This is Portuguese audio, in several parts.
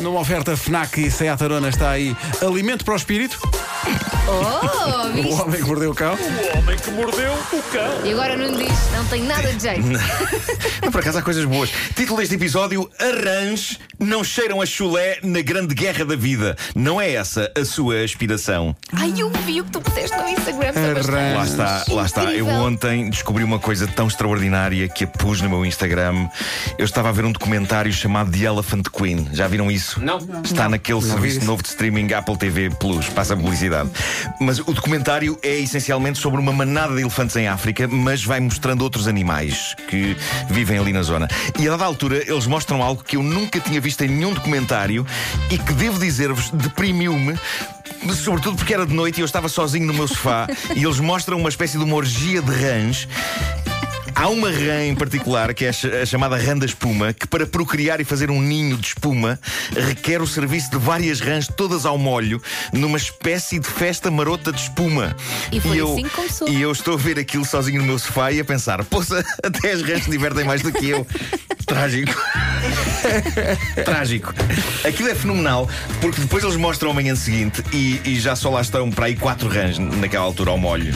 numa oferta FNAC e Seat Arona está aí alimento para o espírito. Oh, O viste? homem que mordeu o cão. O homem que mordeu o cão. E agora não diz, não tem nada de jeito. Mas por acaso há coisas boas. Título deste episódio: Arranjos não cheiram a chulé na grande guerra da vida. Não é essa a sua aspiração. Ai, eu vi o que tu puseste no Instagram sobre as Arran- Lá está, lá está. Eu É, Incrível. ontem descobri uma coisa tão extraordinária que a pus no meu Instagram. Eu estava a ver um documentário chamado The Elephant Queen. Já viram isso? Não. Não. Está naquele vi serviço isso. novo de streaming Apple TV Plus. Passa a publicidade. Mas o documentário é essencialmente sobre uma manada de elefantes em África, mas vai mostrando outros animais que vivem ali na zona. E a dada altura eles mostram algo que eu nunca tinha visto em nenhum documentário e que devo dizer-vos deprimiu-me. Sobretudo porque era de noite e eu estava sozinho no meu sofá e eles mostram uma espécie de uma orgia de rãs Há uma rã em particular, que é a ch- a chamada rã da espuma, que para procriar e fazer um ninho de espuma requer o serviço de várias rãs, todas ao molho, numa espécie de festa marota de espuma. E foi eu, assim que começou. E eu estou a ver aquilo sozinho no meu sofá e a pensar: poça, até as rãs se divertem mais do que eu. Trágico. Trágico. Aquilo é fenomenal porque depois eles mostram a manhã seguinte e, e já só lá estão para aí quatro rãs naquela altura ao molho.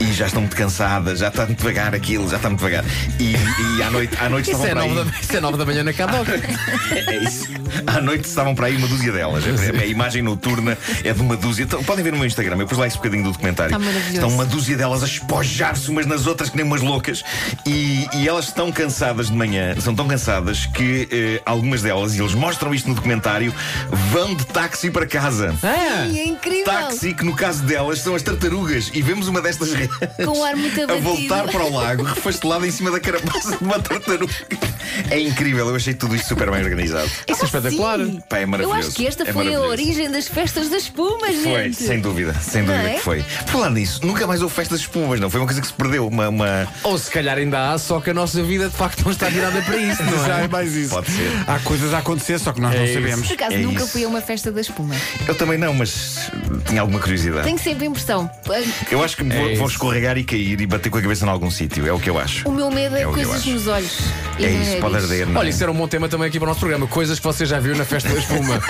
E já estão muito cansadas, já está muito devagar aquilo, já está muito devagar. E, e à noite, à noite estavam Isso é, para aí. nove da, isso é nove da manhã na Cadoca. É isso. À noite estavam para aí uma dúzia delas. É, por exemplo, A imagem noturna é de uma dúzia. Então, podem ver no meu Instagram, eu pus lá esse bocadinho do documentário. Está maravilhoso. estão uma dúzia delas a espojar-se umas nas outras que nem umas loucas. E, e elas estão cansadas de manhã, são tão cansadas que eh, algumas delas, e eles mostram isto no documentário, vão de táxi para casa. Ah, E é incrível. Táxi, que no caso delas são as tartarugas, e vemos uma destas rãs Com um ar muito a abatido. voltar para o lago, refastelada em cima da carapaça de uma tartaruga. É incrível, eu achei tudo isto super bem organizado. isso é espetacular. Pá, assim. é Eu maravilhoso. acho que esta É foi a maravilhoso. origem das festas da espuma, Foi, gente. sem dúvida, sem Não dúvida é? que foi. Por falar nisso, nunca mais houve festas de espumas, não? Foi uma coisa que se perdeu, uma. uma- Ou se calhar ainda há, só que a nossa vida de facto não está virada para isso, não Já é? é mais isso. Pode ser. Há coisas a acontecer, só que nós não isso. sabemos. Por acaso É nunca isso. fui a uma festa da espuma. Eu também não, mas tinha alguma curiosidade. Tenho sempre a impressão. ah, Eu acho que me É vou, isso. vou escorregar e cair e bater com a cabeça em algum sítio, é o que eu acho. O meu medo é, É o que eu coisas acho. nos olhos. e É no isso, pode nariz. arder, não é? Olha, isso era um bom tema também aqui para o nosso programa. Coisas que você já viu na festa da espuma.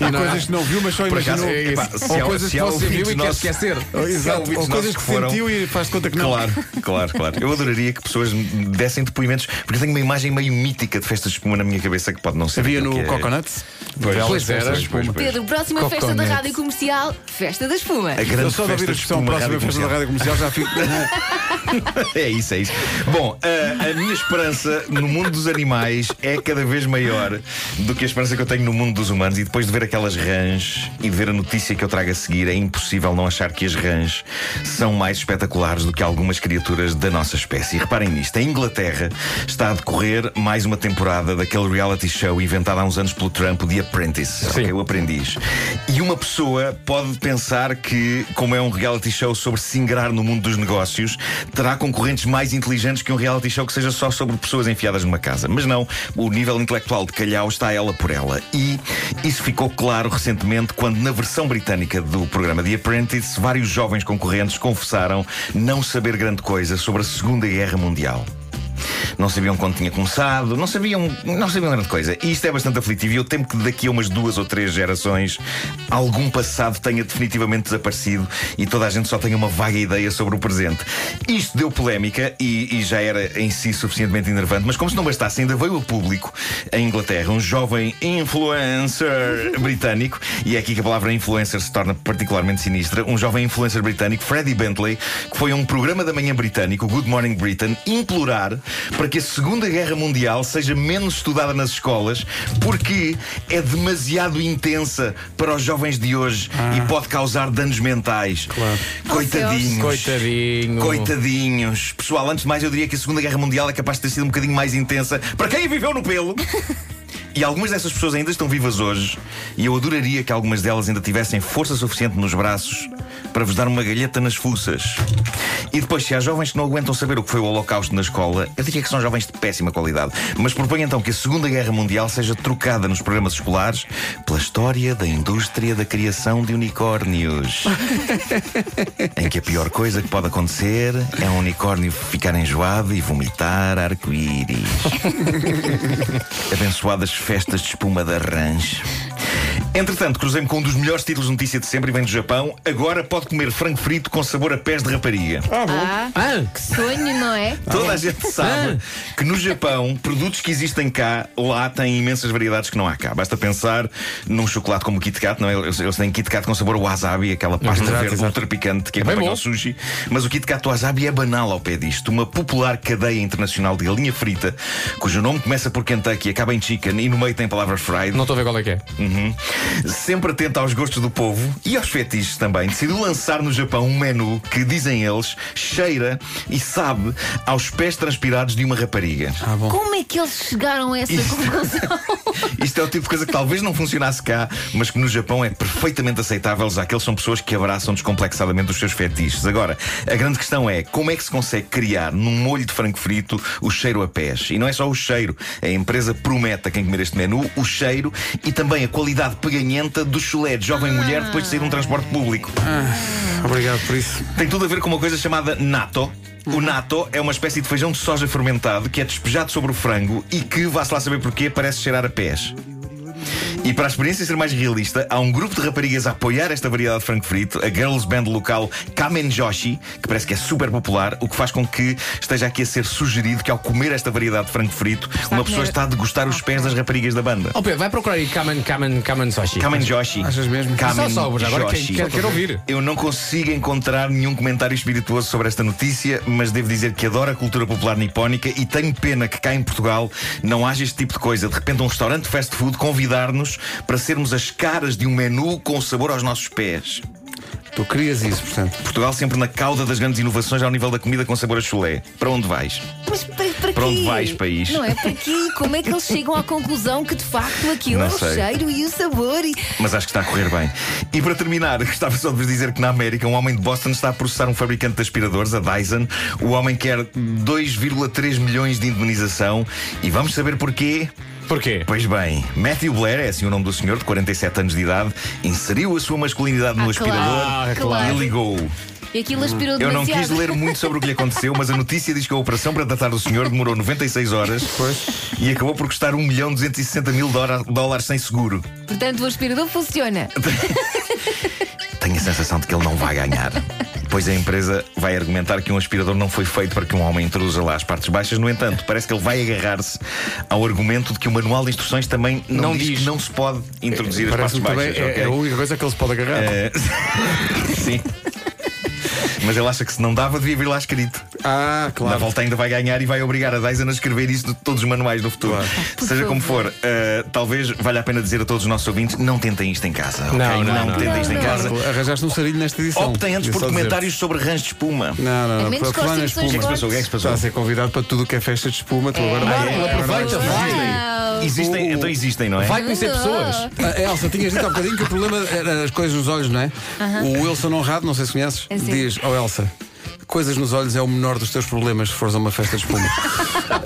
E não é? Coisas que não viu, mas só Por imaginou. acaso, É Epá, isso. se Ou há- coisas se que há você viu ouvintes e quer nossos- esquecer. Se há Exato. ouvintes Ou coisas nossos que que foram- sentiu e faz de conta que não. Claro, claro, claro. Eu adoraria que pessoas me dessem depoimentos, porque eu tenho uma imagem meio mítica de festas de espuma na minha cabeça que pode não ser. Havia aquilo no que é. Coconuts. Pois, Belas pois, festas pois, de espuma. pois, pois. Pedro, próxima festa da Coconut. rádio comercial, festa da espuma. A grande Eu só de ouvir a festa de discussão espuma próxima rádio festa da comercial. rádio comercial já fico. É isso, é isso. Bom, a, a minha esperança no mundo dos animais é cada vez maior do que a esperança que eu tenho no mundo dos humanos. E depois de ver aquelas rãs e de ver a notícia que eu trago a seguir, é impossível não achar que as rãs são mais espetaculares do que algumas criaturas da nossa espécie. E reparem nisto: em Inglaterra está a decorrer mais uma temporada daquele reality show inventado há uns anos pelo Trump, o The Apprentice. Sim. ok? O aprendiz. E uma pessoa pode pensar que, como é um reality show sobre se ingrar no mundo dos negócios, terá concorrentes mais inteligentes que um reality show que seja só sobre pessoas enfiadas numa casa. Mas não, o nível intelectual de Calhau está ela por ela. E isso ficou claro recentemente quando, na versão britânica do programa The Apprentice, vários jovens concorrentes confessaram não saber grande coisa sobre a Segunda Guerra Mundial. Não sabiam quando tinha começado, não sabiam, não sabiam grande coisa. E isto é bastante aflitivo e eu temo que daqui a umas duas ou três gerações algum passado tenha definitivamente desaparecido e toda a gente só tenha uma vaga ideia sobre o presente. Isto deu polémica e, e já era em si suficientemente enervante, mas como se não bastasse, ainda veio a público em Inglaterra um jovem influencer britânico, e é aqui que a palavra influencer se torna particularmente sinistra, um jovem influencer britânico, Freddie Bentley, que foi a um programa da manhã britânico, o Good Morning Britain, implorar para que a Segunda Guerra Mundial seja menos estudada nas escolas, porque é demasiado intensa para os jovens de hoje e pode causar danos mentais. Claro. Coitadinhos. Coitadinho. Coitadinhos. Pessoal, antes de mais, eu diria que a Segunda Guerra Mundial é capaz de ter sido um bocadinho mais intensa para quem viveu no pelo. E algumas dessas pessoas ainda estão vivas hoje, e eu adoraria que algumas delas ainda tivessem força suficiente nos braços para vos dar uma galheta nas fuças. E depois, se há jovens que não aguentam saber o que foi o Holocausto na escola, eu diria que são jovens de péssima qualidade. Mas proponho então que a Segunda Guerra Mundial seja trocada nos programas escolares pela história da indústria da criação de unicórnios em que a pior coisa que pode acontecer é um unicórnio ficar enjoado e vomitar arco-íris. Abençoadas festas de espuma da Range. Entretanto, cruzei-me com um dos melhores títulos de notícia de sempre e vem do Japão. Agora pode comer frango frito com sabor a pés de rapariga. Ah, Ah, que sonho, não é? Toda a gente sabe que no Japão, produtos que existem cá, lá têm imensas variedades que não há cá. Basta pensar num chocolate como o Kit Kat, não é? Eles eles têm Kit Kat com sabor wasabi, aquela pasta Uhum. Exato, verde exato. É ultra picante que bem acompanha bom. o sushi. Mas o Kit Kat wasabi é banal ao pé disto. Uma popular cadeia internacional de galinha frita, cujo nome começa por Kentucky, acaba em chicken e no meio tem a palavra fried. não estou a ver qual é que é. Uhum. Sempre atento aos gostos do povo e aos fetiches também, decidiu lançar no Japão um menu que, dizem eles, cheira e sabe aos pés transpirados de uma rapariga. Como é que eles chegaram a essa Isso. conclusão? Isto é o tipo de coisa que talvez não funcionasse cá, mas que no Japão é perfeitamente aceitável, já que eles são pessoas que abraçam descomplexadamente os seus fetiches. Agora, a grande questão é como é que se consegue criar num molho de frango frito o cheiro a pés? E não é só o cheiro, a empresa promete a quem comer este menu o cheiro e também a qualidade peganhenta do chulé de jovem mulher depois de sair de um transporte público. Obrigado por isso. Tem tudo a ver com uma coisa chamada nato. O nato é uma espécie de feijão de soja fermentado que é despejado sobre o frango e que, vá-se lá saber porquê, parece cheirar a pés. E para a experiência ser mais realista, há um grupo de raparigas a apoiar esta variedade de frango frito, a girls band local Kamen Joshi, que parece que é super popular, o que faz com que esteja aqui a ser sugerido que ao comer esta variedade de frango frito, uma a pessoa comer- está a degustar os pés das raparigas da banda. Ó Pedro, vai procurar aí Kamen, Kamen, Kamen Soshi. Kamen Joshi. Achas mesmo? Só Kamen sobres, agora quem Joshi. quer, quer ouvir. Eu não consigo encontrar nenhum comentário espirituoso sobre esta notícia, mas devo dizer que adoro a cultura popular nipónica e tenho pena que cá em Portugal não haja este tipo de coisa. De repente, um restaurante de fast food convidar-nos para sermos as caras de um menu com sabor aos nossos pés. Tu querias isso, portanto. Portugal sempre na cauda das grandes inovações ao nível da comida com sabor a chulé. Para onde vais? Mas para, para Para onde quê? vais, país? Não é para quê? Como é que eles chegam à conclusão que de facto aquilo Não é o sei. cheiro e o sabor? E... Mas acho que está a correr bem. E para terminar, gostava só de vos dizer que na América um homem de Boston está a processar um fabricante de aspiradores, a Dyson. O homem quer 2,3 milhões de indemnização. E vamos saber porquê? Porquê? Pois bem, Matthew Blair, é assim o nome do senhor, de 47 anos de idade, inseriu a sua masculinidade no Ah, aspirador claro, Ah, claro. e ligou-o. E aquilo aspirou Hum. Eu não demasiado. quis ler muito sobre o que lhe aconteceu, mas a notícia diz que a operação para tratar do senhor demorou 96 horas e acabou por custar 1 milhão 260 mil dola- dólares sem seguro. Portanto, o aspirador funciona. Tenho a sensação de que ele não vai ganhar. Pois a empresa vai argumentar que um aspirador não foi feito para que um homem introduza lá as partes baixas. No entanto, parece que ele vai agarrar-se ao argumento de que o manual de instruções também não, Não diz, diz. que não se pode introduzir as partes Parece-me também baixas. é, ok? é a única coisa que ele se pode agarrar. É. Eh, Sim. Mas ele acha que se não dava, devia vir lá escrito. Ah, Na claro. volta ainda vai ganhar e vai obrigar a Dyson a escrever isso de todos os manuais no futuro. por Seja como favor. for, eh, talvez valha a pena dizer a todos os nossos ouvintes: não tentem isto em casa. ok? Não, não, não. tentem isto em Não, não. casa. Claro, Arranjaste um sarilho nesta edição. Optem antes Queria por só dizer-te. comentários sobre rãs de espuma. Não, não, A não. assim. menos Para que falar os na tipos espuma. sejam Pessoal, o que é que se passou? Ah, Está a ser convidado para tudo o que é festa de espuma. Tu agora vais. Claro, aproveita, vai. então Existem, então existem, não é? Vai conhecer pessoas. Ah, Elsa, tinhas dito há bocadinho que o problema era as coisas nos olhos, não é? O Wilson Honrado, não sei se conheces, É sim. diz: Oh Elsa, coisas nos olhos é o menor dos teus problemas se fores a uma festa de espuma.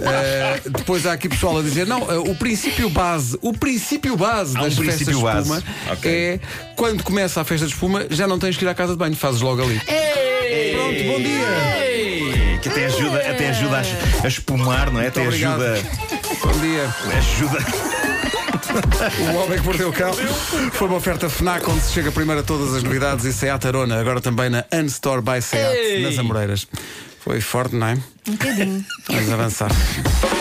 Eh, depois há aqui pessoal a dizer: Não, eh, o princípio base, o princípio base Há um das festas de princípio base. espuma Ok. é quando começa a festa de espuma, já não tens que ir à casa de banho, fazes logo ali. Pronto, bom dia! Que até ajuda, até ajuda a, a espumar, não é? até obrigado. ajuda. Bom dia! Ajuda. O Homem que Mordeu o Cão foi uma oferta FNAC onde se chega primeiro a todas as novidades e Seat Arona, agora também na Unstore by Seat, nas Amoreiras. Foi forte, não é? Um bocadinho. Vamos avançar.